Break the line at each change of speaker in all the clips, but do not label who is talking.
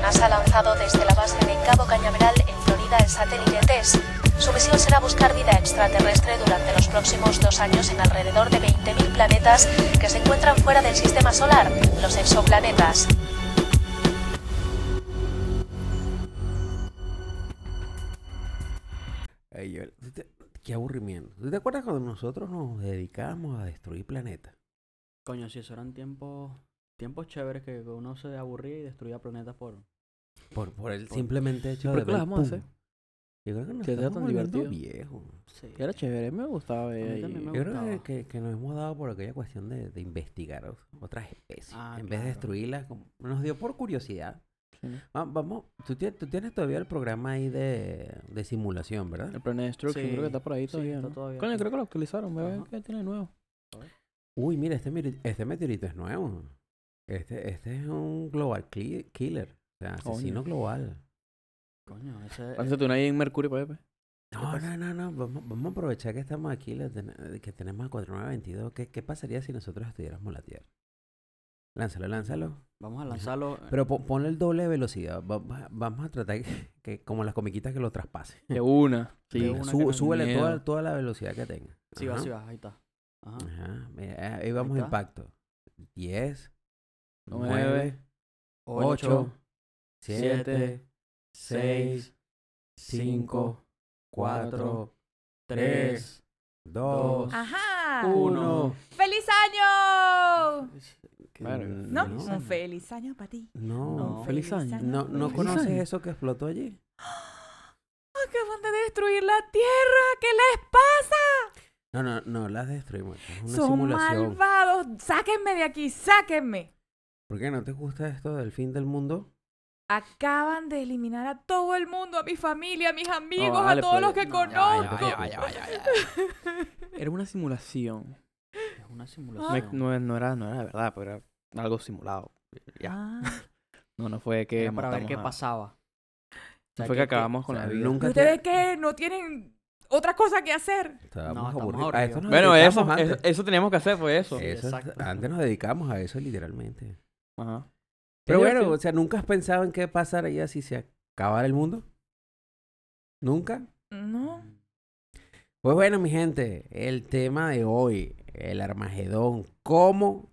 NASA lanzado desde la base de Cabo Cañaveral en Florida el satélite TESS. Su misión será buscar vida extraterrestre durante los próximos dos años en alrededor de 20.000 planetas que se encuentran fuera del sistema solar, los exoplanetas.
Ay, yo- ¿tú te- qué aburrimiento. ¿Tú te acuerdas cuando nosotros nos dedicábamos a destruir planetas?
Coño, si eso eran tiempos, tiempos chéveres que uno se aburría y destruía planetas por...
Por, por el
Por-
simplemente hecho
Siempre
de
que
ver
lo vamos a
pum.
hacer.
Yo creo que nos
Que sea
estamos
tan
volviendo
divertido.
viejos.
Sí.
Era chévere, me gustaba ver.
mí también
ahí.
me
Yo creo que,
gustaba.
que- que nos hemos dado por aquella cuestión de, de investigar o- otras especies.
Ah,
en vez de
claro.
destruirlas, como- nos dio por curiosidad.
Sí, ¿no?
Va- vamos, tú, tie- tú tienes todavía el programa ahí de, de simulación, ¿verdad?
El Planet Destruction, creo
Sí,
que está por ahí
sí,
todavía.
está
¿no?
todavía
Coño,
por
creo
ahí.
que lo actualizaron. Voy a ver
Ajá.
qué tiene nuevo.
Uy, mira, este, miri- este meteorito es nuevo. Este, este es un global cli- killer. O sea,
Coño.
asesino global.
Coño, ese... eh,
Parece tú no hay en Mercurio, pues, pues.
No,
pasa?
no, no, no. Vamos, vamos a aprovechar que estamos aquí, la ten- eh, que tenemos a 4922. ¿Qué, ¿Qué pasaría si nosotros estuviéramos la Tierra? Lánzalo, lánzalo.
Vamos a lanzarlo...
Pero po- ponle el doble de velocidad. Va- va- vamos a tratar que, que como las comiquitas que lo traspase.
De una.
De
Sí.
una.
Sú-
que no-
súbele toda,
miedo.
toda la velocidad que tenga.
Sí, va,
Ajá.
sí, va, ahí está. Ajá.
Ajá. Mira, eh, ahí vamos
está.
impacto. 10,
Nueve,
9,
Ocho,
8,
siete,
7, 6, 5, 4, 3, 2,
dos,
Ajá.
Uh.
uno.
1.
¡Feliz año!
Claro.
¿No?
No.
Un feliz año para ti.
No.
No.
Feliz año.
No, ¿no
Feliz
conoces
año.
eso que explotó allí?
Acaban ¡Ah, de destruir la tierra. ¿Qué les pasa?
No, no, no, las destruimos. Es una
Son
simulación.
malvados. Sáquenme de aquí, sáquenme.
¿Por qué no te gusta esto del fin del mundo?
Acaban de eliminar a todo el mundo, a mi familia, a mis amigos,
vale,
a todos
pero-
los que
no,
conozco.
ya, ya, ya,
ya,
Era una simulación.
Es una
No,
simulación.
es- no es- no era, no era de verdad, pero era algo simulado. Ya.
Ah,
No, no fue que.
Era para ver
matamos
qué
a-
pasaba. O sea,
No fue que acabamos con
O sea,
la vida.
nunca
¿y
te...
¿Ustedes qué? ¿No tienen otra cosa que hacer?
Estábamos
No, estamos
aburridos. A
aburridos.
esto nos
Bueno, eso,
dedicamos
eso,
antes.
eso teníamos que hacer, fue eso.
Sí.
Eso es-
exacto.
antes nos dedicamos a eso literalmente.
Ajá.
Pero
Es
bueno,
divertido.
o sea, ¿nunca has pensado en qué pasaría si se acabara el mundo? ¿Nunca?
No.
Pues bueno, mi gente, el tema de hoy, el Armagedón, ¿cómo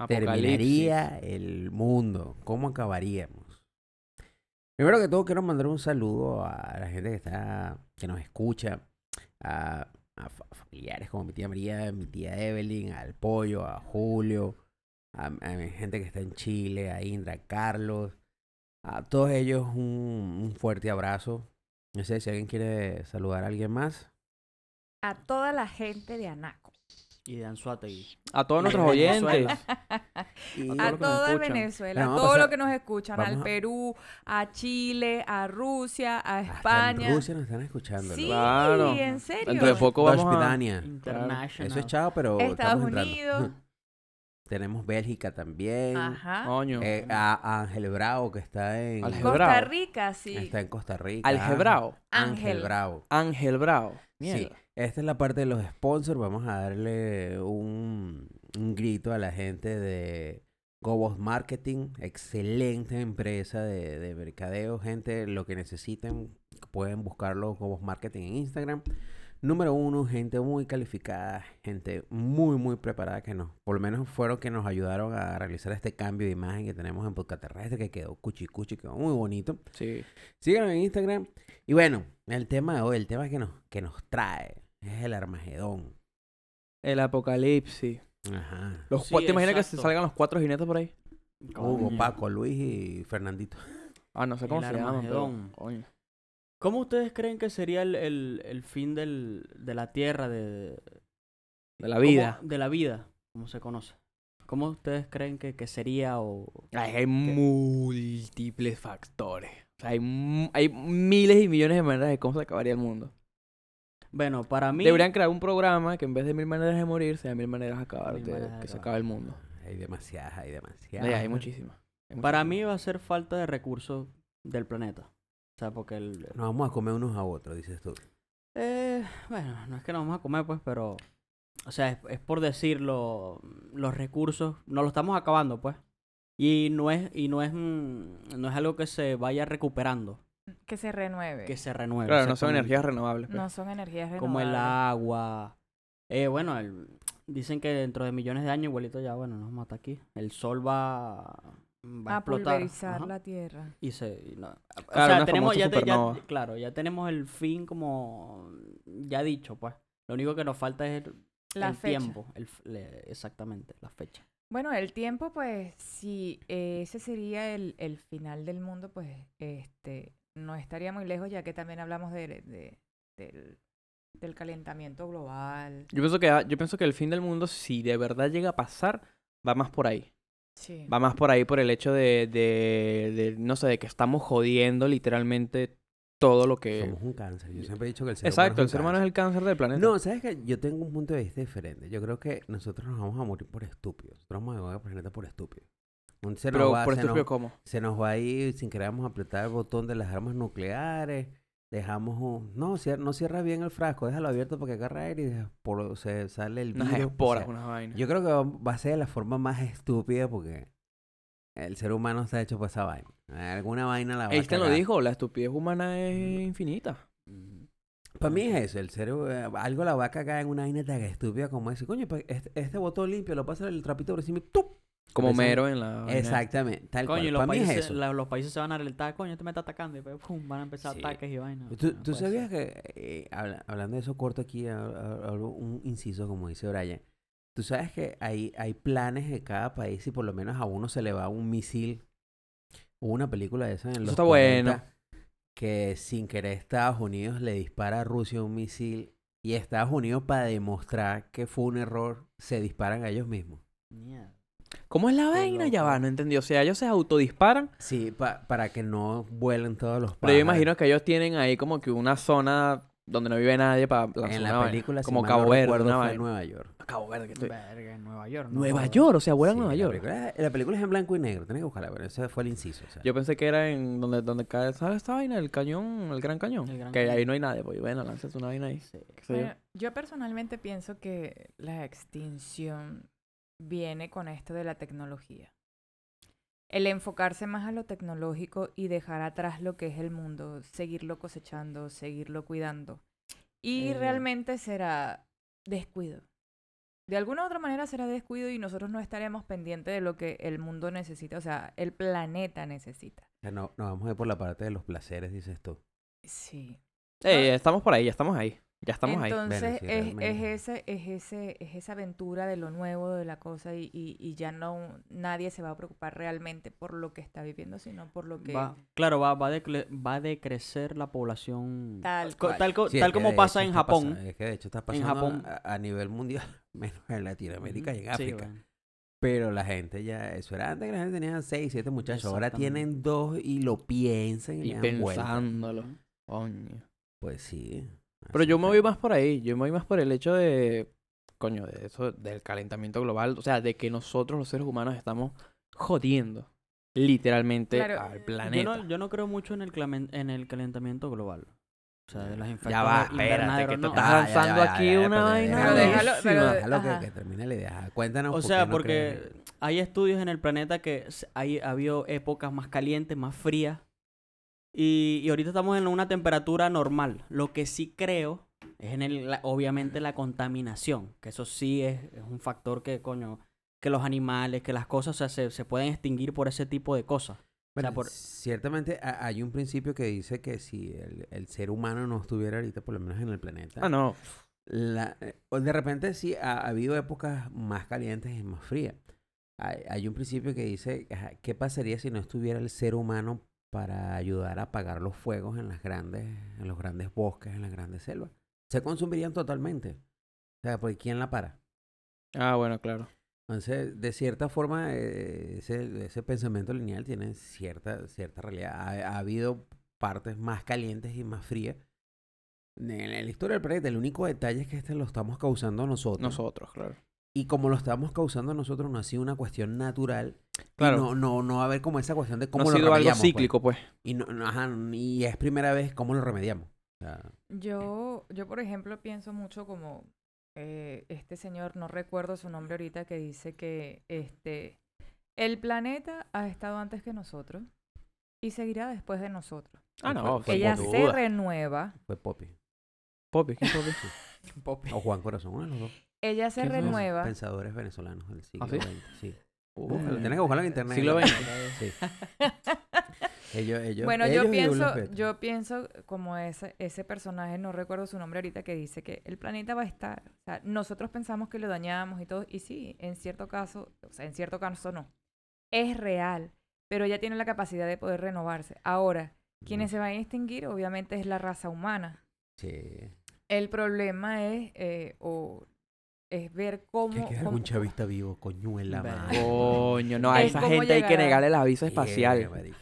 Apocalipsis.
terminaría el mundo? ¿Cómo acabaríamos? Primero que todo, quiero mandar un saludo a la gente que está, que nos escucha, a, a fa- familiares como mi tía María, mi tía Evelyn, al Pollo, a Julio, a, a mi gente que está en Chile, a Indra, a Carlos, a todos ellos un, un fuerte abrazo. No sé si alguien quiere saludar a alguien más.
A toda la gente de Anaco.
Y de Anzuategui.
A todos nuestros
Y de
oyentes.
Venezuela.
Y-
todo
A
lo que nos
toda
escuchan.
Venezuela,
Bueno,
a
vamos a
todo lo
pasar-
que nos escuchan,
vamos
al
a-
Perú, a Chile, a Rusia, a
Hasta en
España.
Rusia nos están escuchando.
Sí,
loco.
Claro.
en serio.
Dentro de poco vamos a...
Dashpidania.
International.
Eso es chao, pero
Estados
estamos entrando.
Unidos.
Tenemos Bélgica también.
Ajá.
Coño.
Eh,
ah,
a- a Ángel Bravo que está en
Ángel
Costa
Bravo.
Rica, sí.
está en Costa Rica.
ah.
Algebrao.
Ángel
Ángel.
Bravo.
Ángel Bravo.
Sí.
Mierda.
Esta es la parte de los sponsors. Vamos a darle un, un grito a la gente de Gobos Marketing. Excelente empresa de, de mercadeo. Gente, lo que necesiten, pueden buscarlo Gobos Marketing en Instagram. Número uno, gente muy calificada, gente muy, muy preparada que nos, por lo menos fueron que nos ayudaron a realizar este cambio de imagen que tenemos en Podcast Terrestre, que quedó cuchi cuchi, quedó muy bonito.
Sí.
Síganos en Instagram. Y bueno, el tema de hoy, el tema que nos, que nos trae es el Armagedón.
El apocalipsis.
Ajá.
Los
Sí,
cua- ¿Te imaginas que se
exacto.
salgan los cuatro jinetes por ahí?
Hugo,
Coño.
Paco, Luis y Fernandito.
Ah, no sé
El
cómo se llaman, pero...
Armagedón.
Coño.
¿Cómo ustedes creen que sería el, el- el fin del, de la Tierra, de,
De la vida.
cómo- de la vida, como se conoce? ¿Cómo ustedes creen que, que sería o...?
Ay, eh. hay múltiples factores. O sea, hay, mu- hay miles y millones de maneras de cómo se acabaría el mundo.
Bueno, para mí...
Deberían crear un programa que en vez de mil maneras de morir, sea mil maneras de acabar,
Mil
de-
maneras de
que se
acabar.
acabe el mundo.
Hay demasiadas, hay demasiadas.
Ay, hay muchísimas. Hay
Para mí
muchísimas.
va a ser falta de recursos del planeta. O sea, porque el...
Nos vamos a comer unos a otros, dices tú.
eh, bueno, no es que nos vamos a comer, pues, pero... O sea, es, es por decirlo, los recursos, nos los estamos acabando, pues. Y no es, y no es, mm, no es algo que se vaya recuperando,
Que se renueve.
que se renueve.
Claro, no son
exactamente.
energías renovables. pues.
No son energías renovables.
Como el agua. Eh, bueno, el- dicen que dentro de millones de años, igualito ya, bueno, nos mata aquí. El sol va, va a,
A
explotar.
pulverizar
ajá,
la tierra.
Y se. y no- o
Claro,
sea,
una
tenemos,
famosa
ya, te- ya-
supernova.
claro, ya tenemos el fin como. Ya dicho, pues. Lo único que nos falta es el,
La
el
fecha.
tiempo. el f- le- exactamente, la fecha.
Bueno, el tiempo, pues, si eh, ese sería el, el final del mundo, pues, este, no estaría muy lejos, ya que también hablamos de, de- del, del calentamiento global.
Yo pienso, que, ah, yo pienso que el fin del mundo, si de verdad llega a pasar, va más por ahí.
Sí.
Va más por ahí por el hecho de, de- de, no sé, de que estamos jodiendo literalmente todo lo que...
Somos un cáncer. Yo siempre he dicho que el ser
Eh, Exacto,
humano
el ser humano es el cáncer del planeta.
No, ¿sabes que Yo tengo un punto de vista diferente. Yo creo que nosotros nos vamos a morir por estúpidos. Nosotros vamos a morir por planeta por estúpidos. Un ser
pero
humano
por
se
estúpido,
nos-
¿cómo?
se nos va a ir sin querer vamos a apretar el botón de las armas nucleares. Dejamos un... No, cier- no cierra bien el frasco. Déjalo abierto porque agarra aire y des- por- se sale el virus.
Unas
o sea,
esporas, unas vainas.
yo creo que va- va a ser de la forma más estúpida porque el ser humano está hecho por esa vaina. Alguna vaina la Mm. va
Einstein
a
lo
cagar.
dijo, la estupidez humana es infinita.
Para mí es eso, el cerebro, eh, algo la va a cagar en una vaina tan estúpida como ese. Coño, pa- este, este botón limpio lo pasa el trapito por encima y ¡tup!
Como
Pensando-
mero en la... vaina.
Exactamente, tal
Coño, y
cual.
los
Para mí es
países,
eso.
la- los países se van a alertar, coño, este me está atacando y pues, pum, van a empezar
Sí.
ataques y vainas.
¿Tú,
No
tú
puede
sabías
ser.
que, eh, habla- hablando de eso corto aquí, ha- ha- hablo un inciso como dice Brian, tú sabes que hay, hay planes de cada país y por lo menos a uno se le va un misil. Hubo una película de esa en los
está bueno.
40, que sin querer Estados Unidos le dispara a Rusia un misil y Estados Unidos para demostrar que fue un error se disparan a ellos mismos.
Mierda.
¿Cómo es la
Qué
vaina? Ya
loco.
va, no entendí. O sea, ellos se autodisparan,
Sí, pa- para que no vuelen todos los
pero yo
pájaros.
imagino que ellos tienen ahí como que una zona donde no vive nadie para
en la película, si
Como
mal no
Cabo Verde,
recuerdo,
una
fue en
vaina.
Nueva York.
Cabo Verde, que estoy-
Verga, en Nueva York. no
Nueva
jodas.
York, o sea, vuelan
Sí,
a Nueva
la
York.
Película, la película es en blanco y negro, tenés que buscarla, pero ese fue el inciso. o sea.
Yo pensé que era en donde, donde cae, ¿sabes esta vaina? El cañón, el gran cañón.
El Gran
que ahí
Cañón.
no hay nadie, pues bueno, lanzas una vaina ahí.
Sí.
qué sé yo.
Bueno, yo personalmente pienso que la extinción viene con esto de la tecnología. El enfocarse más a lo tecnológico y dejar atrás lo que es el mundo, seguirlo cosechando, seguirlo cuidando. Y
Eh.
realmente será descuido. De alguna u otra manera será descuido y nosotros no estaremos pendientes de lo que el mundo necesita, o sea, el planeta necesita.
O sea, no, nos vamos a ir por la parte de los placeres, dices tú.
Sí.
ah.
Ey, estamos por ahí, ya estamos ahí. Ya estamos ahí.
Entonces
sí,
es, es,
realmente.
ese, es, ese, es esa aventura de lo nuevo, de la cosa, y, y, y ya no nadie se va a preocupar realmente por lo que está viviendo, sino por lo que...
Va- claro, va, va, a decle- va a decrecer la población.
Tal
co-
cual.
tal, co-
Sí, es
tal
que de
como
hecho
pasa en
está
Japón.
pasando- es que de hecho está
En
pasando
Japón.
A, a nivel mundial, menos en Latinoamérica y en
Sí,
África.
bueno.
Pero la gente ya, eso era antes que la gente tenía 6, 7 muchachos, ahora
Exactamente.
tienen dos y lo piensan y,
Y
le dan vuelta.
pensándolo. Coño.
Pues sí.
Pero
así
yo me
está.
voy más por ahí. Yo me voy más por el hecho de. Coño, de eso, del calentamiento global. O sea, de que nosotros los seres humanos estamos jodiendo. Literalmente
Claro,
al
Yo
planeta.
no, yo no creo mucho en el, clamen- en el calentamiento global. O sea, de las
Ya
infecciones
va, espérate, que
invernaderos,
tú
no.
estás
Ah, ya, ya,
lanzando
ya,
aquí
ya,
una
pero
vaina.
Pero déjalo,
durísima.
pero-
Déjalo que-
ajá.
que, termine la idea. Cuéntanos. Ah,
O
por qué
sea,
no crees
porque
en-
hay estudios en el planeta que s- hay, ha habido épocas más calientes, más frías. Y, y ahorita estamos en una temperatura normal. Lo que sí creo es en el, la- obviamente la contaminación, que eso sí es, es un factor que, coño, que los animales, que las cosas, o sea, se, se pueden extinguir por ese tipo de cosas.
Bueno,
por-
ciertamente ha- hay un principio que dice que si el, el ser humano no estuviera ahorita, por lo menos en el planeta,
Ah, no.
la- eh, o de repente sí ha, ha habido épocas más calientes y más frías. Hay, hay un principio que dice, ajá, ¿qué pasaría si no estuviera el ser humano para ayudar a apagar los fuegos en las grandes, en los grandes bosques, en las grandes selvas? Se consumirían totalmente. O sea, pues ¿quién la para?
Ah, bueno, claro.
Entonces, de cierta forma, eh, ese, ese pensamiento lineal tiene cierta, cierta realidad. Ha, ha habido partes más calientes y más frías. En la historia del planeta, el único detalle es que este lo estamos causando nosotros.
Nosotros, claro.
Y como lo estamos causando nosotros, no ha sido una cuestión natural. y
Claro.
no, no, no va a haber como esa cuestión de cómo
No ha
lo
sido algo
remediamos, pues.
cíclico, pues.
Y, no- no, ajá, y es primera vez cómo lo remediamos. O sea,
Yo, yo, por ejemplo, pienso mucho como eh, este señor, no recuerdo su nombre ahorita, que dice que este, El planeta ha estado antes que nosotros y seguirá después de nosotros.
Ah, no,
Fue- fue
sin
Ella
Poppy.
se renueva,
Fue Poppy.
Poppy, ¿quién es Poppy?
O Juan Corazón, uno de los dos.
ella se
¿Qué fue eso?
renueva.
Pensadores venezolanos del siglo
¿Ah, sí?
XX. Sí.
Uh,
Búscalo, tienes que buscarlo en internet.
Siglo XX.
Sí. Ellos, ellos,
Bueno,
ellos y
yo
Dula
pienso,
Petra.
yo pienso como ese, ese personaje, no recuerdo su nombre ahorita, que dice que el planeta va a estar, o sea, nosotros pensamos que lo dañamos y todo, y sí, en cierto caso, o sea, en cierto caso no, es real, pero ella tiene la capacidad de poder renovarse. Ahora, quienes se van a extinguir obviamente es la raza humana.
Sí.
El problema es, eh, o es ver cómo...
Que quede
cómo-
algún chavista vivo, coñuela
Verga.
madre.
Coño, no, a
Es
esa
como
gente hay que
llegar a-
negarle la visa
Verga,
Oh, espacial.
marico.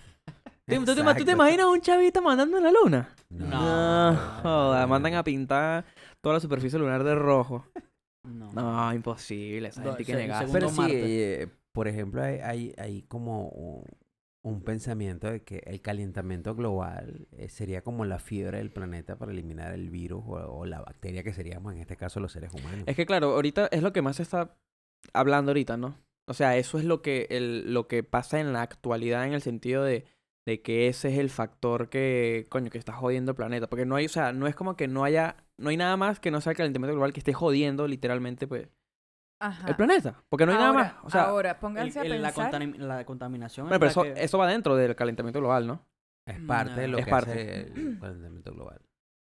¿Tú, tú te, ima- tú
Exacto.
te imaginas un chavista mandando en la luna?
No,
No,
no,
joda,
no,
mandan
no.
a pintar toda la superficie lunar de rojo.
No.
No, imposible, esa
Do-
gente hay que
se-
negar.
según-
Pero
Mundo
sí,
Marte.
eh, por ejemplo, hay, hay, hay como un, un pensamiento de que el calentamiento global eh, sería como la fiebre del planeta para eliminar el virus o, o la bacteria que seríamos en este caso los seres humanos.
Es que claro, ahorita es lo que más se está hablando ahorita, ¿no? O sea, eso es lo que, el, lo que pasa en la actualidad en el sentido de, de que ese es el factor que, coño, que está jodiendo el planeta. Porque no hay, o sea, no es como que no haya, no hay nada más que no sea el calentamiento global que esté jodiendo literalmente, pues,
Ajá.
el planeta. Porque no hay
Ahora-
nada más. O sea,
ahora,
El-
pónganse
el-
a
la,
pensar...
contami- la contaminación.
bueno, pero
es la
eso,
que-
eso va dentro del calentamiento global, ¿no?
Es parte de lo
No.
Es
que
parte.
hace el calentamiento global.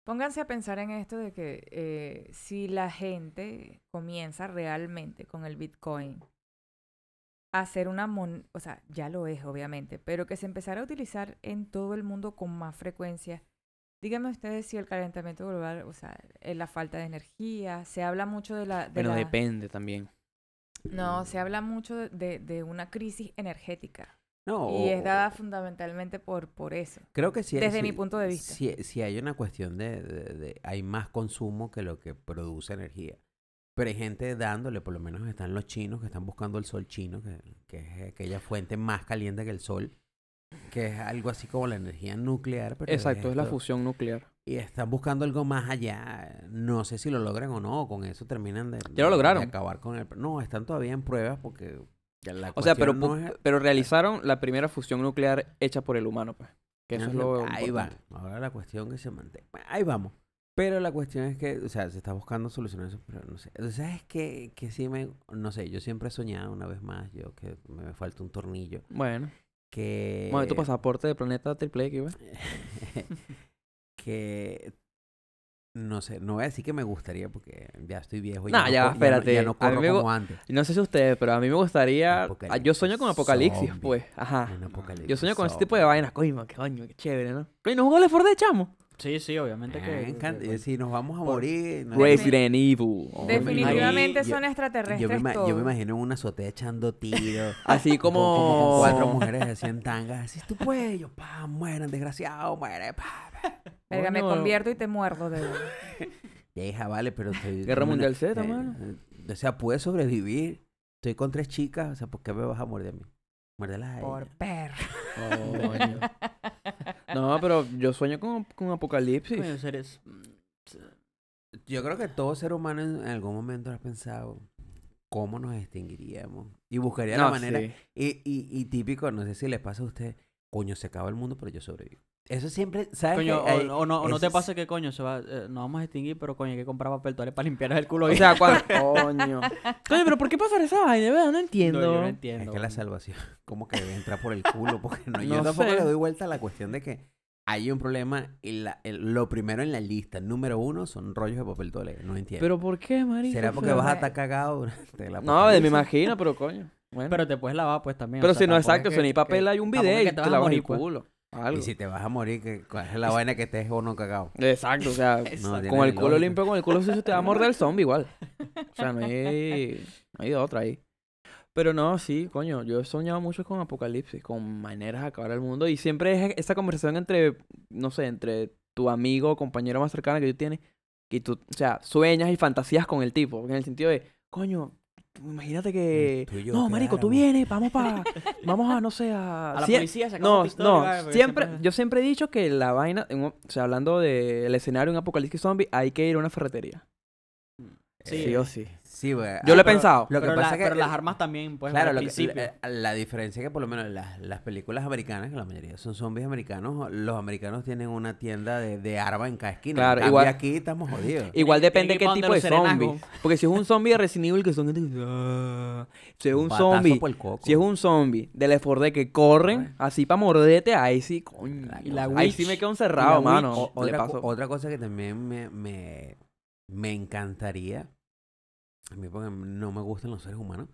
Pónganse a pensar en esto de que eh, si la gente comienza realmente con el Bitcoin a hacer una moneda, o sea, ya lo es obviamente, pero que se empezara a utilizar en todo el mundo con más frecuencia. Díganme ustedes si el calentamiento global, o sea, eh, la falta de energía, se habla mucho de la... de
Bueno,
la-
depende también.
No, se habla mucho de- de, de una crisis energética
No,
y es
o-
dada fundamentalmente por, por eso.
creo que sí,
desde
sí-
mi punto de vista.
Sí, sí hay una cuestión de, de- de- hay más consumo que lo que produce energía. Pero hay gente dándole, por lo menos están los chinos que están buscando el sol chino, que, que es aquella fuente más caliente que el sol, que es algo así como la energía nuclear. Pero
Exacto, es la
esto-
fusión nuclear.
Y están buscando algo más allá. No sé si lo logran o no. Con eso terminan de,
Ya lo
de- de
lograron.
acabar con el... No, están todavía en pruebas porque... ya La
O sea, pero,
cuestión no
pu-
es-
pero realizaron la primera fusión nuclear hecha por el humano, pues. Que eso es lo
Ahí van.
importante.
Ahora la cuestión que se mantenga. Ahí vamos. Pero la cuestión es que, o sea, se está buscando solucionar eso, pero no sé. O sea, es que, que sí me, no sé, yo siempre he soñado una vez más, yo que me falta un tornillo,
Bueno,
que...
bueno, tu pasaporte de planeta triple X, pues. güey.
que, no sé, no voy a decir que me gustaría porque ya estoy viejo. y co-
Nah, ya va,
Ya no,
espérate.
ya no
A mí
corro
me gu-
como antes.
No sé si ustedes, pero a mí me gustaría. ah, Yo sueño con
Apocalipsis zombie.
apocalipsis, pues. Ajá.
Un apocalipsis
Yo sueño con ese tipo de
zombie.
vainas. Coño, qué baño, qué chévere, ¿no? Coño, no jugó el Ford de chamo.
Sí, sí, obviamente
Ah,
que.
me encanta.
pues
que-
Si nos vamos a
Por-
morir... no-
Resident Evil. Oh,
Definitivamente
Ahí-
son extraterrestres
Yo me, ima- yo me
todos.
imagino en una azotea echando tiros.
Así
Como,
como.
con cuatro mujeres hacían tangas. Así tú puedes. Yo, pa, mueran, desgraciado, muere, pa.
Verga, me
Coño.
convierto y te muerdo de una.
Ya, hija, vale, pero estoy.
Guerra
no,
Mundial Z,
eh,
mano.
eh, O sea, puedes sobrevivir. Estoy con tres chicas. O sea, ¿por qué me vas a morder a mí? Muérdelas a
Por
ella.
perro.
Oh, Coño. No, pero yo sueño con, con apocalipsis.
Coño, seres- mm,
Yo creo que todo ser humano en en algún momento has pensado cómo nos extinguiríamos. Y buscaría la
No,
manera.
sí.
Y, y, y típico, no sé si les pasa a usted, coño, se acaba el mundo, pero yo sobrevivo. Eso siempre, ¿sabes?
Coño,
qué? Hay-
o, o no, o no
eso
te
es-
pasa que coño, se va, eh, nos vamos a extinguir, pero coño, hay que comprar papel toalla para limpiar el culo.
O sea, cuando... Coño. Coño, pero ¿por qué pasa esa vaina? verdad? No entiendo.
yo no
Es
entiendo.
que la salvación, como que debe entrar por el culo, porque no, yo
No
tampoco
sé.
le doy vuelta a la cuestión de que hay un problema y la- el- lo primero en la lista, número uno, son rollos de papel toalla. No entiendo.
¿Pero por qué, marico?
¿Será porque
pero
vas a
me-
estar cagado durante la
No, de- me
apocalipsis?
imagino, pero coño. Bueno. Pero,
Pero te puedes lavar, pues también.
si no, exacto, si ni papel hay un video y te,
la
lavas el culo. Algo.
Y si te vas a morir, que ¿cuál es la vaina que te es o no cagado?
Exacto, o sea,
No, tiene
con el culo
lógica.
limpio, con el culo sucio te va a morder el zombie igual. O sea, no hay, no hay de otra ahí. Pero no, sí, coño, yo he soñado mucho con apocalipsis, con maneras de acabar el mundo. Y siempre es esa conversación entre, no sé, entre tu amigo o compañero más cercano que tú tienes. Y tú, o sea, sueñas y fantasías con el tipo. En el sentido de, coño, imagínate que...
Tú y yo
no, marico, tú
quedáramos".
vienes, vamos para... Vamos a, no sé, a...
A la
cien-
policía sacamos
no,
pistola y
no,
va, porque
siempre, yo siempre he dicho que la vaina, en un- o sea, hablando del escenario de un apocalipsis zombie, hay que ir a una ferretería.
Sí.
Sí o sí.
Sí, güey.
Yo lo he
Ah,
pensado.
Lo que
pero la-
pasa es que-
pero las armas también, pues,
Claro,
al
lo que- eh,
principio.
la, la diferencia es que por lo menos las, las películas americanas, que la mayoría son zombies americanos, los americanos tienen una tienda de, de armas en cada esquina.
Claro,
en cambio,
igual-
aquí estamos jodidos.
Igual
Tiene-
depende
tiene que
qué
ir pa' donde
tipo de
los serenazgos.
zombie. Porque si es un zombie de Resident Evil que son... gente que- Ah, Si es un
Batazo
zombie...
por el coco.
Si es un zombie del Effort de que corren así para morderte, ahí sí, coño.
Y la
ahí
witch.
sí me quedo
Y la
encerrado,
witch.
mano.
O-
Le
otra, co-
paso-
otra cosa que también me, me, me encantaría, a mí porque no me gustan los seres humanos,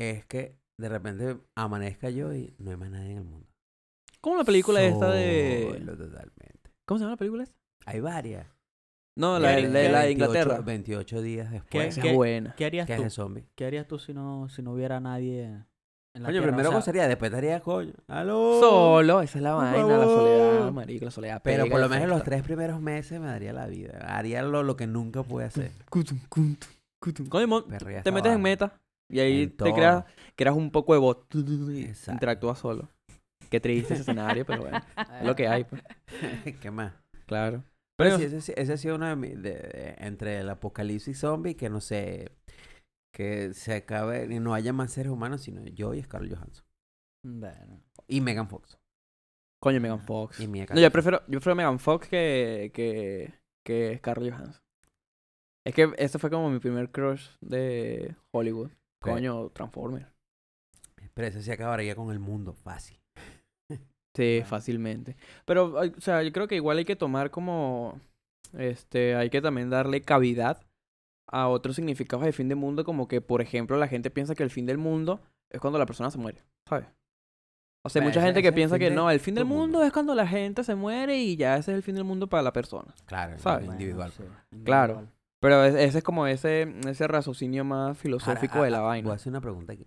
es que de repente amanezca yo y no hay más nadie en el mundo.
¿Cómo la película esta de...?
Solo, totalmente.
¿Cómo se llama la película esta?
Hay varias.
No, la,
Que-
de- la de- la de
28
Inglaterra.
28 días
Que-
después.
Esa
¿Qué,
que-
es buena.
¿Qué harías
es
tú?
de zombie?
¿Qué harías tú si no, si no hubiera nadie en la
Coño,
Tierra? O
primero
sea,
gozaría, después estaría coño. ¡Aló!
Solo, esa es la
Por
vaina, la
favor.
soledad, marico, la soledad.
Pero
pega,
por lo menos los
afecta.
tres primeros meses me daría la vida. Haría lo, lo que nunca pude hacer.
Cutum, cutum, cutum. Coño, mon-
Perrea
te
esa
metes en
vaina.
meta y ahí
En
te
todo.
creas, creas un poco de bot. tu, tu, tu, y
Exacto.
Interactúas solo. Qué triste ese escenario, pero bueno, es lo que hay, pues.
¿Qué más?
Claro.
Pero
Pero-
sí, ese, sí- ese ha sido uno de mis. de- de- entre el apocalipsis zombie, que no sé. Que se acabe. y No haya más seres humanos, sino yo y Scarlett Johansson.
bueno.
Y Megan Fox.
Coño, Megan Fox.
Y Mia
No, yo
Khalifa.
prefiero, yo prefiero Megan Fox que, que, que Scarlett Johansson. Es que ese fue como mi primer crush de Hollywood.
Pero-
Coño, Transformer.
Pero ese se acabaría con el mundo, fácil.
Sí,
Claro.
fácilmente. Pero, ay, o sea, yo creo que igual hay que tomar como, este, hay que también darle cavidad a otros significados de fin del mundo, como que, por ejemplo, la gente piensa que el fin del mundo es cuando la persona se muere, ¿sabes? O sea, hay
Bueno,
mucha
ese-
gente
ese
que
es el
piensa
fin
que
de
no, el fin
todo
del
el mundo.
mundo es cuando la gente se muere y ya ese es el fin del mundo para la persona.
Claro,
¿Sabes?
lo individual. pues.
Bueno, sí,
Claro.
individual.
Pero es- ese es como ese, ese raciocinio más
Ahora,
filosófico
a-
de la
a-
vaina.
ah, Voy a hacer una pregunta aquí.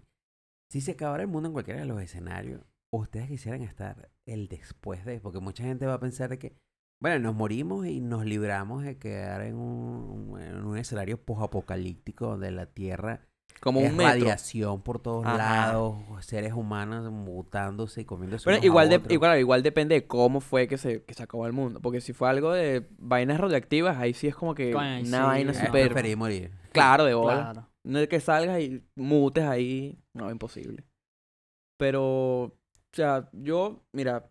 Si se acabara el mundo en cualquiera de los escenarios, ¿ustedes quisieran estar el después de? Porque mucha gente va a pensar de que, bueno, nos morimos y nos libramos de quedar en un, un- en un escenario posapocalíptico donde la Tierra
como
es
un metro.
radiación por todos
Ajá.
lados, seres humanos mutándose y comiéndose
Pero
unos a
igual, de-
otros.
igual, igual depende de cómo fue que se, que se acabó el mundo. Porque si fue algo de vainas radioactivas, ahí sí es como que
Coño, ahí
una
sí,
vaina
Eh,
super-
súper
preferí morir.
claro de bola.
Claro.
No es que salgas y mutes ahí. No, imposible. Pero, o sea, yo, mira.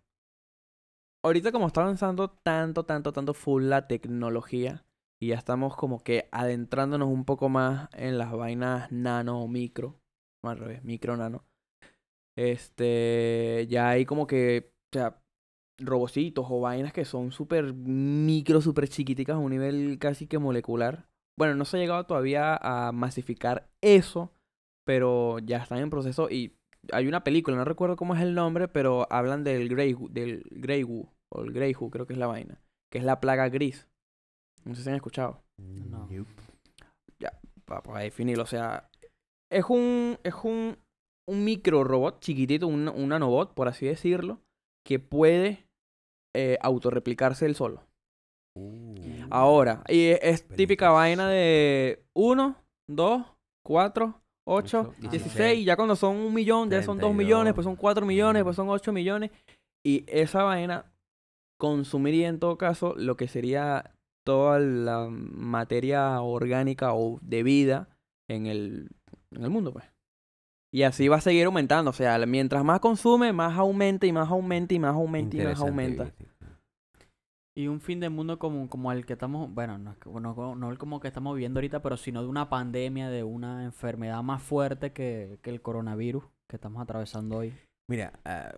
Ahorita como está avanzando tanto, tanto, tanto full la tecnología. Y ya estamos como que adentrándonos un poco más en las vainas nano o micro. o al revés, micro nano. Este, ya hay como que, o sea, robocitos o vainas que son súper micro, súper chiquiticas a un nivel casi que molecular. Bueno, no se ha llegado todavía a masificar eso, pero ya están en proceso y hay una película, no recuerdo cómo es el nombre, pero hablan del Grey, Goo- del Grey Goo, o el Grey Goo, creo que es la vaina, que es la plaga gris. No sé si han escuchado,
No.
Yup.
para, definirlo, o sea, es un, es un, un micro robot chiquitito, un, un nanobot, por así decirlo, que puede eh, autorreplicarse él solo.
Uh.
Ahora, y es, es típica
Peligroso.
vaina de 1, 2, 4, 8,
Ocho,
16, y ya cuando son un millón, ya son 2
32,
millones, después son 4 millones, después son 8 millones, y esa vaina consumiría en todo caso lo que sería toda la materia orgánica o de vida en el, en el mundo, pues. Y así va a seguir aumentando, o sea, mientras más consume, más aumenta y más aumenta y más aumenta y más
Interesante,
aumenta.
viste.
Y un fin del mundo como, como el que estamos, bueno, no, es que- no, co- no el como que estamos viviendo ahorita, pero sino de una pandemia, de una enfermedad más fuerte que, que el coronavirus que estamos atravesando hoy.
Mira, ah,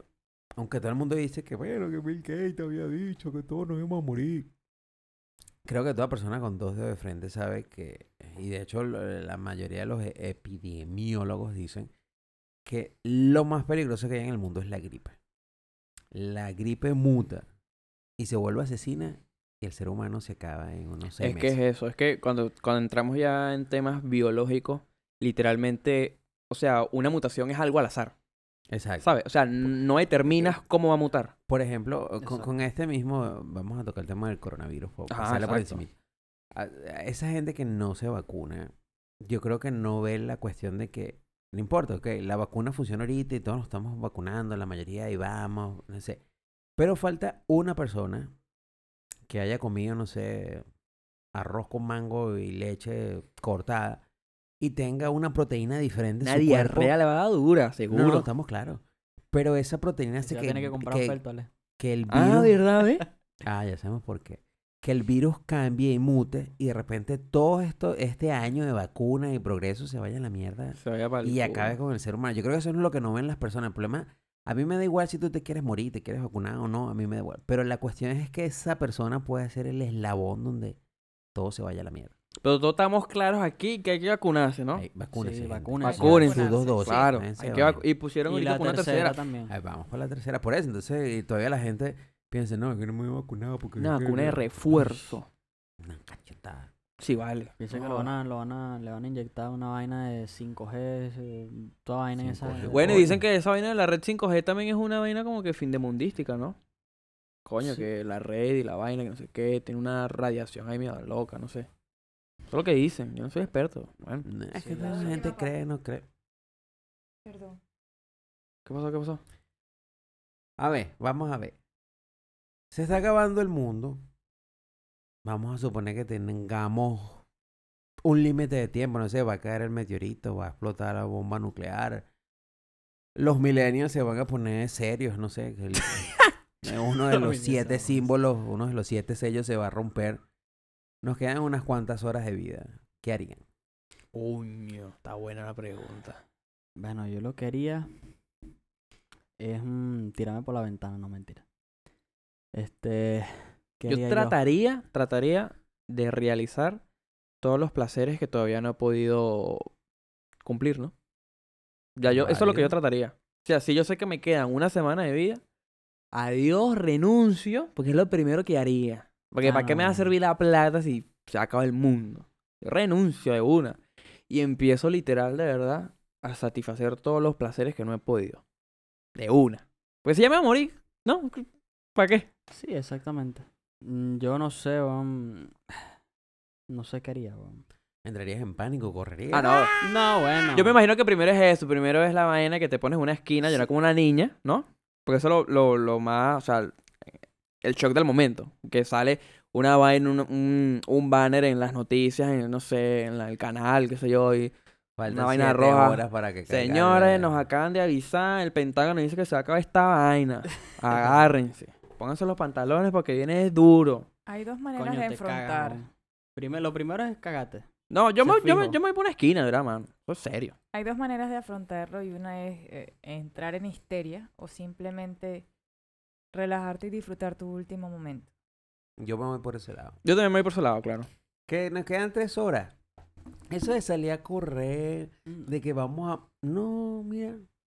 aunque todo el mundo dice que bueno, que Bill Gates te había dicho que todos nos íbamos a morir. Creo que toda persona con dos dedos de frente sabe que, y de hecho lo- la mayoría de los e- epidemiólogos dicen que lo más peligroso que hay en el mundo es la gripe. La gripe muta y se vuelve asesina y el ser humano se acaba en unos seis
Es que es
meses.
eso, es que cuando, cuando entramos ya en temas biológicos, literalmente, o sea, una mutación es algo al azar,
Exacto.
¿sabes? O sea, n- no determinas cómo va a mutar.
Por ejemplo, con,
Exacto.
con este mismo, vamos a tocar el tema del coronavirus, por
Ajá,
pasarle por
exacto.
encima. Esa gente que no se vacuna, yo creo que no ve la cuestión de que, no importa, ok, la vacuna funciona ahorita y todos nos estamos vacunando, la mayoría y vamos, no sé. Pero falta una persona que haya comido, no sé, arroz con mango y leche cortada y tenga una proteína diferente en
Una
su cuerpo.
diarrea le va a dar dura, seguro.
No, no, estamos claros. Pero esa proteína hace
Se va a
que,
tener que comprar
que-
oferta, Ale.
que el virus...
Ah, ¿verdad, ve?
Ah, ya sabemos por qué. Que el virus cambie y mute y de repente todo esto, este año de vacuna y progreso se vaya a la mierda
Se vaya para el
y
culo.
acabe con el ser humano. Yo creo que eso es lo que no ven las personas. El problema, a mí me da igual si tú te quieres morir, te quieres vacunar o no, a mí me da igual. Pero la cuestión es que esa persona puede ser el eslabón donde todo se vaya a la mierda.
Pero todos estamos claros aquí que hay que vacunarse, ¿no?
Ey, vacúnense.
Sí,
gente.
vacúnense.
Vacúnense.
Sus dos dosis.
claro.
Váyanse
hay
a
que
bañar.
vacu- y pusieron
Y
ahorita
la
como una
tercera
tercera.
también.
Ay, vamos para la tercera. Por eso, entonces, y todavía la gente piensa, no, es que no me he vacunado porque...
Una vacuna de refuerzo.
Una cachetada.
Sí, vale.
Piensa que
No.
lo van a, lo van a, le van a inyectar una vaina de 5G, eh, toda vaina en esa.
5G.
Bueno, y
Coño.
dicen que esa vaina de la red 5G también es una vaina como que findemundística, ¿no? Coño,
Sí.
que la red y la vaina, que no sé qué, tiene una radiación ahí mierda loca, no sé. Eso es lo que dicen, yo no soy experto. Bueno,
No, es
Sí,
que
la
la
última
gente
parte.
cree, no cree.
Perdón.
¿qué pasó? ¿Qué pasó?
A ver, vamos a ver. Se está acabando el mundo. Vamos a suponer que tengamos un límite de tiempo. No sé, va a caer el meteorito, va a explotar la bomba nuclear. Los millennials se van a poner serios, no sé. que el- eh, uno de
Los
los
millennials se van a
siete
poner
símbolos, uno de los siete sellos se va a romper. Nos quedan unas cuantas horas de vida. ¿Qué harían?
Coño, está buena la pregunta.
Bueno, yo lo que haría es mm, tirarme por la ventana, no mentira. Este. ¿qué haría
Yo trataría, trataría de realizar todos los placeres que todavía no he podido cumplir, ¿no? Ya yo, eso es lo que
Válido.
yo trataría. O sea, si yo sé que me quedan una semana de vida, adiós, renuncio, porque es lo primero que haría. Porque
Ah,
¿para qué me va a
bueno.
servir la plata si se acaba el mundo? Yo renuncio de una. Y empiezo literal, de verdad, a satisfacer todos los placeres que no he podido. De una. Pues si ya me voy a morir, ¿no? ¿Para qué?
Sí, exactamente. Mm, Yo no sé, weón. No sé qué haría, weón.
¿Entrarías en pánico? ¿Correrías?
Ah, no.
No, bueno.
Yo me imagino que primero es eso, primero es la vaina que te pones en una esquina, llorar como una niña, ¿no? Porque eso es lo, lo, lo más, o sea, el shock del momento, que sale una vaina, un, un, un banner en las noticias, en, no sé, en la- el canal, qué sé yo, y
Faltan
una vaina
siete
roja.
horas para que caiga
señores,
la-
nos acaban de avisar, el Pentágono dice que se acaba esta vaina, agárrense, pónganse los pantalones porque viene duro.
Hay dos
Coño,
maneras de
te cagas,
enfrentar.
weón. Prime- lo primero es cagarte.
No, yo
Se
me, yo, me,
fijo.
yo me voy por una esquina, ¿verdad, mano? Eso es serio.
Hay dos maneras de afrontarlo y una es eh, entrar en histeria o simplemente relajarte y disfrutar tu último momento.
Yo me voy por ese lado.
Yo también me voy por su lado, claro.
Que nos quedan tres horas. Eso de salir a correr, de que vamos a... No, mira,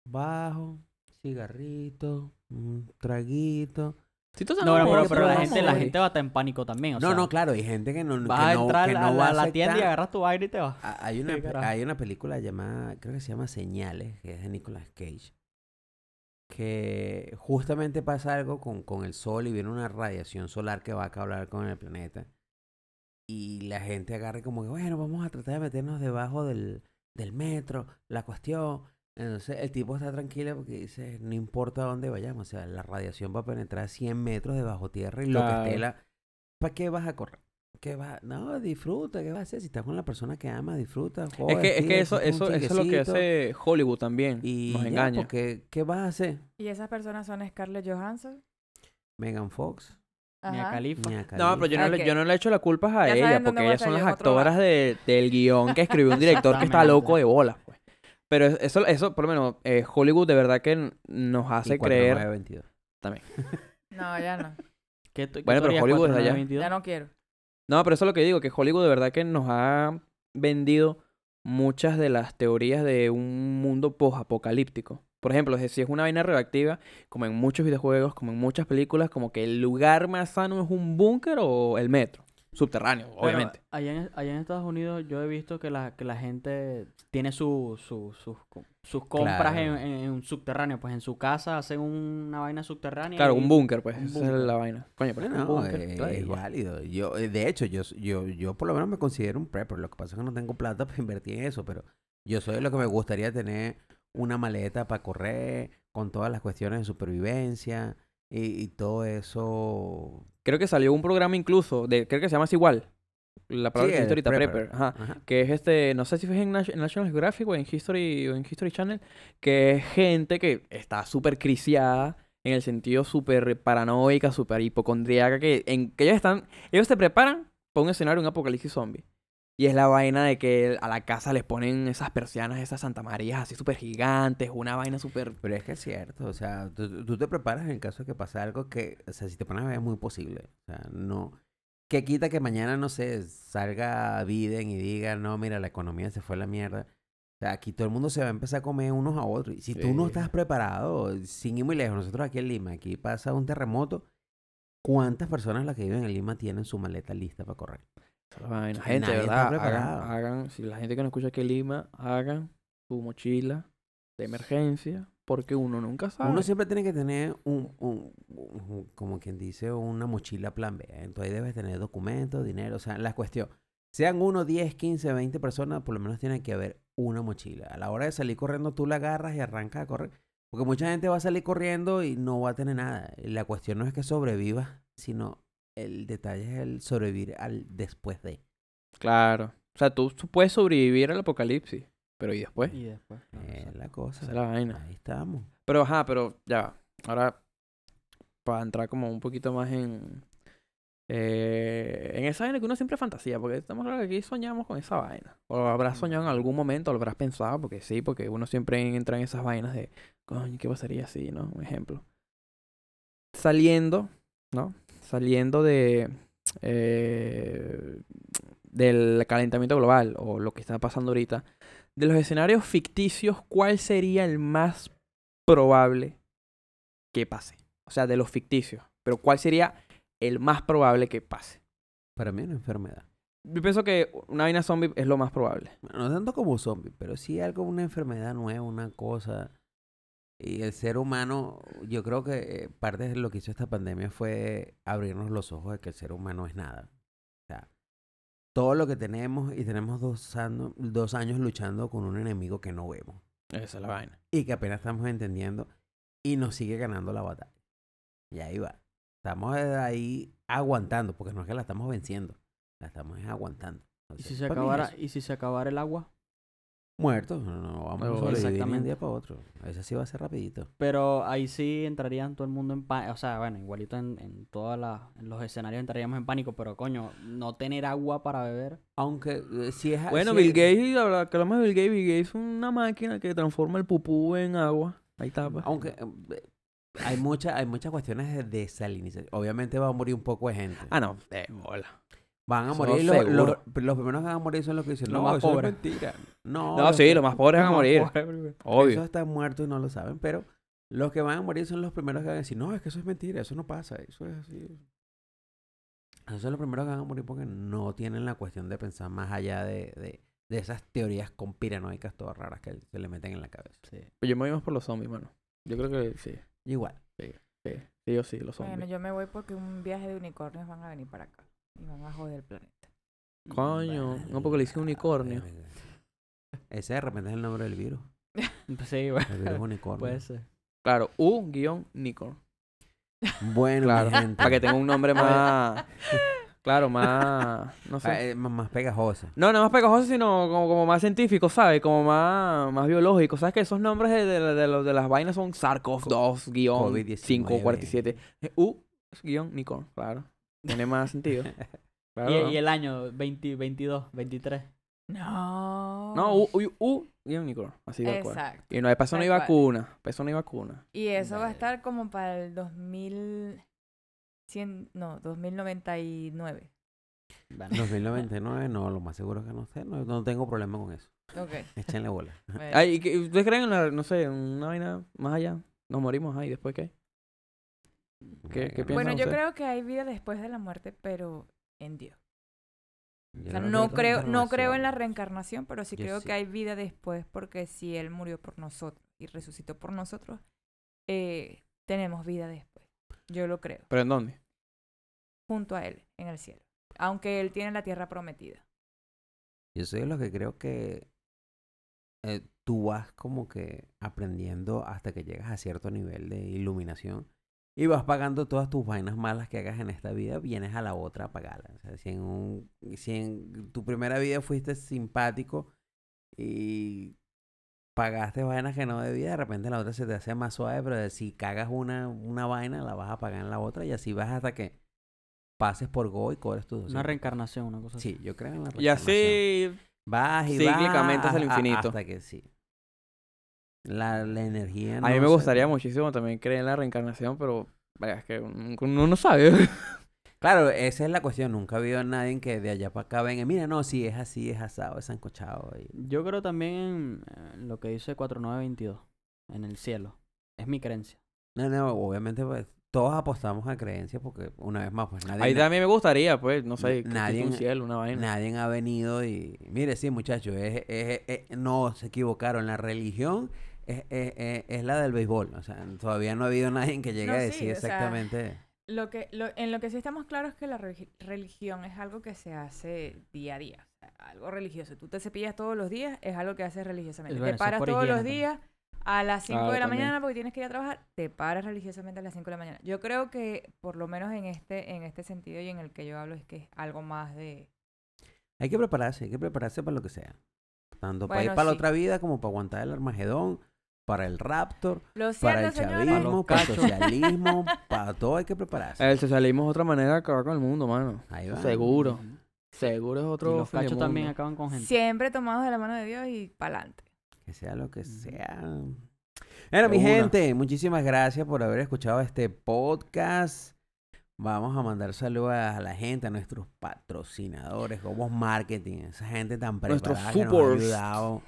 bajo, cigarrito, un traguito.
Si tú
No,
sabes
pero,
por
pero- pero
qué
la
programa
gente, la
voy.
gente va a estar en pánico también. O
no,
sea,
no, claro, hay gente que no, que
Vas a
no,
entrar
que no
a,
va
la, la
aceptar.
tienda y agarras tu aire y te vas.
Ah, Hay una,
Sí, carajo.
hay una película llamada, creo que se llama Señales, que es de Nicolas Cage, que justamente pasa algo con, con el sol y viene una radiación solar que va a acabar con el planeta. Y la gente agarra como que, bueno, vamos a tratar de meternos debajo del, del metro, la cuestión. Entonces el tipo está tranquilo porque dice, no importa dónde vayamos, o sea, la radiación va a penetrar 100 metros debajo tierra y lo que esté
Claro.
la... ¿Para qué vas a correr? ¿Qué va? No, disfruta, ¿qué vas a hacer? Si estás con la persona que amas, disfruta.
Es
joda,
que, es
estira,
que eso,
échate un
eso, eso es lo que
chinguecito
hace Hollywood también.
Y
nos
ya,
engaña.
porque, ¿qué vas a hacer?
Y esas personas son Scarlett Johansson.
Megan Fox,
Ni a
ajá,
Califa.
Mia Khalifa.
No, pero yo no, le,
Ok.
yo no le echo las culpas a
Ya
ella,
saben dónde
porque
voy a
ellas son
salir
las
en otro
actoras de- del guión que escribió un director que está
Exactamente.
loco de bola. Pues. Pero es- eso, eso, por lo menos, eh, Hollywood de verdad que n- nos
Y
hace
4922.
creer.
No, ya no.
¿Qué t- qué
Bueno,
tú
pero
harías,
Hollywood
cuatro,
es
nueve,
allá.
22?
Ya no quiero.
No, pero eso es lo que digo, que Hollywood de verdad que nos ha vendido muchas de las teorías de un mundo post-apocalíptico. Por ejemplo, es- si es una vaina radioactiva, como en muchos videojuegos, como en muchas películas, como que el lugar más sano es un búnker o el metro. Subterráneo,
Pero
obviamente.
Allá en, allá en Estados Unidos yo he visto que la, que la gente tiene su, su- sus co- sus compras en,
Claro.
en, en un subterráneo. Pues en su casa hacen una vaina subterránea.
Claro,
y-
eh,
un búnker, pues.
un
esa
búnker.
es la vaina. Coño, pero es
No,
un búnker.
eh,
claro, y
es
ya.
válido. Yo, eh, de hecho, yo, s- yo, yo por lo menos me considero un prepper. Lo que pasa es que no tengo plata para invertir en eso, pero yo soy de lo que me gustaría tener una maleta para correr, con todas las cuestiones de supervivencia y, y todo eso.
Creo que salió un programa incluso, de, creo que se llama así igual, la palabra
Sí,
que
el
dijiste ahorita,
prepper.
prepper. ajá,
Ajá.
Que es este, no sé si fue en Nat- en National Geographic o en History, o en History Channel, que es gente que está súper criciada, en el sentido súper paranoica, súper hipocondriaca, que, en, que ellos están, ellos se preparan para un escenario, un apocalipsis zombie. Y es la vaina de que a la casa les ponen esas persianas, esas Santa Marías así súper gigantes, una vaina súper...
Pero es que es cierto, o sea, tú, tú te preparas en caso de que pase algo que, o sea, si te pones a ver es muy posible. O sea, no. ¿Qué quita que mañana, no sé, salga Biden y diga, no, mira, la economía se fue a la mierda? O sea, aquí todo el mundo se va a empezar a comer unos a otros. Y si tú no
Sí.
estás preparado, sin ir muy lejos, nosotros aquí en Lima, aquí pasa un terremoto, ¿cuántas personas las que viven en Lima tienen su maleta lista para correr?
Vaina.
Que
Gente,
nadie está
¿verdad?
preparado.
Hagan, hagan- si la gente que no escucha que Lima, hagan su mochila de emergencia, porque uno nunca sabe.
Uno siempre tiene que tener un, un- un- como quien dice, una mochila plan B. ¿eh? Entonces ahí debes tener documentos, dinero, o sea, la cuestión. Sean 1, 10, 15, 20 personas, por lo menos tiene que haber una mochila. A la hora de salir corriendo, tú la agarras y arrancas a correr. Porque mucha gente va a salir corriendo y no va a tener nada. Y La cuestión no es que sobrevivas, sino el detalle es el sobrevivir al después de.
Claro. O sea, tú, tú puedes sobrevivir al apocalipsis, pero ¿y después?
Y después. no,
Eh,
exacto.
la
Esa
cosa.
es la vaina.
Ahí estamos.
Pero, ajá, pero ya va. Ahora, para entrar como un poquito más en... eh, en esa vaina que uno siempre fantasía, porque estamos claros que aquí soñamos con esa vaina. O habrás soñado en algún momento, o lo habrás pensado, porque sí, porque uno siempre entra en esas vainas de, coño, ¿qué pasaría si, no? Un ejemplo. Saliendo, ¿no? Saliendo de... eh, del calentamiento global o lo que está pasando ahorita, de los escenarios ficticios, ¿cuál sería el más probable que pase? O sea, de los ficticios, pero ¿cuál sería el más probable que pase?
Para mí es una enfermedad.
Yo pienso que una vaina zombie es lo más probable.
Bueno, no tanto como zombie, pero sí algo, una enfermedad nueva, una cosa. Y el ser humano, yo creo que eh, parte de lo que hizo esta pandemia fue abrirnos los ojos de que el ser humano es nada. O sea, todo lo que tenemos y tenemos dos, ano- dos años luchando con un enemigo que no vemos
Esa es la vaina.
y que apenas estamos entendiendo y nos sigue ganando la batalla. Y ahí va. Estamos eh, ahí aguantando, porque no es que la estamos venciendo, la estamos eh, aguantando.
¿Y
Entonces,
si, se
Pues
para mí es
acabara, ¿Y si se acabara el agua?
Muertos, no, no vamos
Pero
a sobrevivir de Oh, un
exactamente.
día para otro. Eso sí va a ser rapidito.
Pero ahí sí entrarían todo el mundo en pánico. O sea, bueno, igualito en, en todas las- en los escenarios entraríamos en pánico, pero coño, no tener agua para beber.
Aunque eh, si es
Bueno,
si-
Bill Gates, habla- que hablamos de Bill Gates, Bill Gates es una máquina que transforma el pupú en agua. Ahí está. pues.
Aunque eh, hay, mucha, hay muchas cuestiones de desalinización. Obviamente va a morir un poco de gente.
Ah, no, de bola.
Van a
eso
morir los,
seguro.
los- pero los primeros que van a morir son los que dicen,
Los
no,
más
eso es
pobres".
mentira. No,
No, sí,
que-
los más pobres van a
los más
morir.
pobres,
Obvio.
Esos están muertos y no lo saben, pero los que van a morir son los primeros que van a decir, no, es que eso es mentira, eso no pasa, eso es así. Esos son los primeros que van a morir porque no tienen la cuestión de pensar más allá de, de, de esas teorías conspiranoicas todas raras que se le meten en la cabeza.
Sí.
Yo me voy más por los zombies, mano. Yo creo que sí.
Igual.
Sí, sí o sí, los zombies.
Bueno, yo me voy porque un viaje de unicornios van a venir para acá y van a joder el planeta.
Coño,
Vale,
no porque le hice
la
unicornio.
verga. Ah, Ese de repente es el nombre del virus.
Mm, Sí, bueno,
El virus unicornio.
puede
Pues,
ser.
Claro, U-Nicor.
bueno,
Claro,
mi gente.
Para que tenga un nombre más. Claro, más. No sé.
Eh, más- más pegajoso.
No, no más pegajoso, sino como, como más científico, ¿sabes? Como más, más biológico. ¿Sabes que esos nombres de, de, de los- de las vainas son SARS-CoV-2-547? U-Nicor, claro. Tiene más sentido. Claro,
Y,
¿no?
y el año 20, 22, 23.
No.
No, U-Nicor. Así de acuerdo.
Exacto.
Y no, para eso no hay
Tal cual.
vacuna. Para eso no hay vacuna.
Y eso va a
Dale.
estar como para el 2100, no, 2099.
Bueno,
2099, no, lo más seguro es que no sé, no, no tengo problema con eso.
Ok.
Échenle bola.
Eh.
bueno.
Ay, ¿y qué- ¿Ustedes creen en la, no sé, en una vaina más allá? Nos morimos ahí, ¿después qué? ¿Qué- qué piensan
Bueno, yo
ustedes?
creo que hay vida después de la muerte, pero en Dios.
Yo
O sea,
creo que
no
hay
creo, no creo en la
reencarnación.
reencarnación, pero sí
Yo
creo
sí.
que hay vida después, porque si Él murió por nosotros y resucitó por nosotros, eh, tenemos vida después. Yo lo creo,
¿Pero en dónde?
junto a Él, en el cielo. Aunque Él tiene la tierra prometida.
Yo soy de los que creo que eh, tú vas como que aprendiendo hasta que llegas a cierto nivel de iluminación Y vas pagando todas tus vainas malas que hagas en esta vida, vienes a la otra a pagarla. O sea, si en, un, si en tu primera vida fuiste simpático y pagaste vainas que no debías, de repente la otra se te hace más suave, pero si cagas una, una vaina, la vas a pagar en la otra y así vas hasta que pases por Go y cobres tus
Una
doscientos.
reencarnación, una cosa así.
Sí, yo creo en la
Y así
Vas y vas
Cíclicamente hasta el
a- a-
infinito.
Hasta que sí. La, la energía.
A mí
no
me
se-
gustaría muchísimo también creer en la reencarnación, pero vaya, es que un- uno no sabe.
Claro, esa es la cuestión. Nunca he habido a nadie que de allá para acá venga. Mira, no, si es así, es asado, es ancochado.
Yo creo también en eh, lo que dice 4922, en el cielo. Es mi creencia.
No, no, obviamente, pues todos apostamos a creencias porque, una vez más, pues nadie.
Ahí también me gustaría, pues, no
Na-
sé, que exista
nadie en-
un cielo, una vaina.
Nadie ha venido y. Mire, sí, muchachos, es, es- es- no se equivocaron. La religión es, es- es- es la del béisbol. O sea, todavía no ha habido nadie que llegue
No,
a
sí,
decir
o sea,
exactamente.
Lo que, lo- en lo que sí estamos claros es que la relig- religión es algo que se hace día a día. o sea, algo religioso. Tú te cepillas todos los días, es algo que haces religiosamente.
Bueno,
te
eso es
paras
por
todos
higiene pues. Ah,
los
también.
días a las 5
Claro,
de la
también.
mañana porque tienes que ir a trabajar, te paras religiosamente a las 5 de la mañana. Yo creo que, por lo menos en este, en este sentido y en el que yo hablo, es que es algo más de...
Hay que prepararse, hay que prepararse para lo que sea. Tanto para ir
Bueno,
para la
sí.
otra vida como para aguantar el Armagedón, para el Raptor,
Lo
para el
cierto, señores,
chavismo,
Para los
para el
cachos.
socialismo, para todo hay que prepararse.
El socialismo es otra manera de acabar con el mundo, mano.
Ahí va.
Seguro. Seguro es otro.
Y los
fin de
cachos también
mundo.
acaban con gente.
siempre tomados de la mano de Dios y pa'lante.
Que sea lo que
Ujú.
sea. Bueno, mi
una.
gente, muchísimas gracias por haber escuchado este podcast. Vamos a mandar saludos a la gente, a nuestros patrocinadores, Gobos Marketing, esa gente tan
Nuestros
preparada que nos ha
supers.
ayudado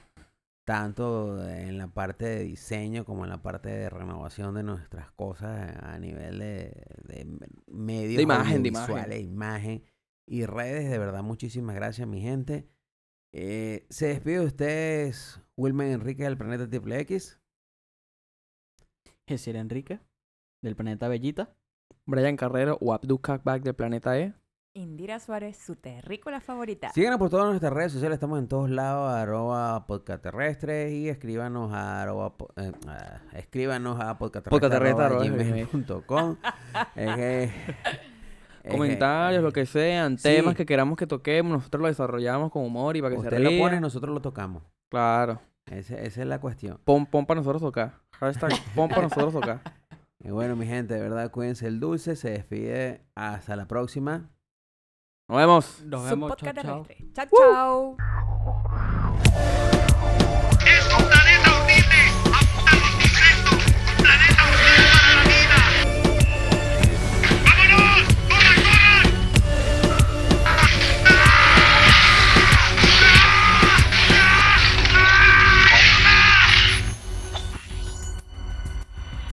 tanto en la parte de diseño como en la parte de renovación de nuestras cosas a nivel de, de medios
De imagen, de imagen.
audiovisuales, imagen y redes. De verdad, muchísimas gracias, mi gente. Eh, se despide de ustedes, Wilman Enrique del Planeta Triple X.
Jesir Enrique, del planeta Bellita.
Brian Carrero o Abdu Kakbak del Planeta E.
Indira Suárez, su terrícola favorita.
Síganos por todas nuestras redes sociales, estamos en todos lados, arroba podcasterrestres y escríbanos a arroba po- eh, ah, escríbanos a podcasterrestres
Podcasterrestres
arroba
arroba
gmail punto com. Eh, Es que- es que-
Comentarios, lo que sean, temas
sí.
que queramos que toquemos, nosotros lo desarrollamos con humor y para que
Usted
se
lo
rían.
pone, nosotros lo tocamos.
Claro.
Ese- esa es la cuestión.
Pon, pon para nosotros tocar. Hashtag pon para nosotros tocar.
Y bueno, mi gente, de verdad, cuídense el dulce, se despide. Hasta la próxima.
Nos vemos.
Nos
Su
vemos, chao,
podcast
chao.
terrestre. Chao, chao.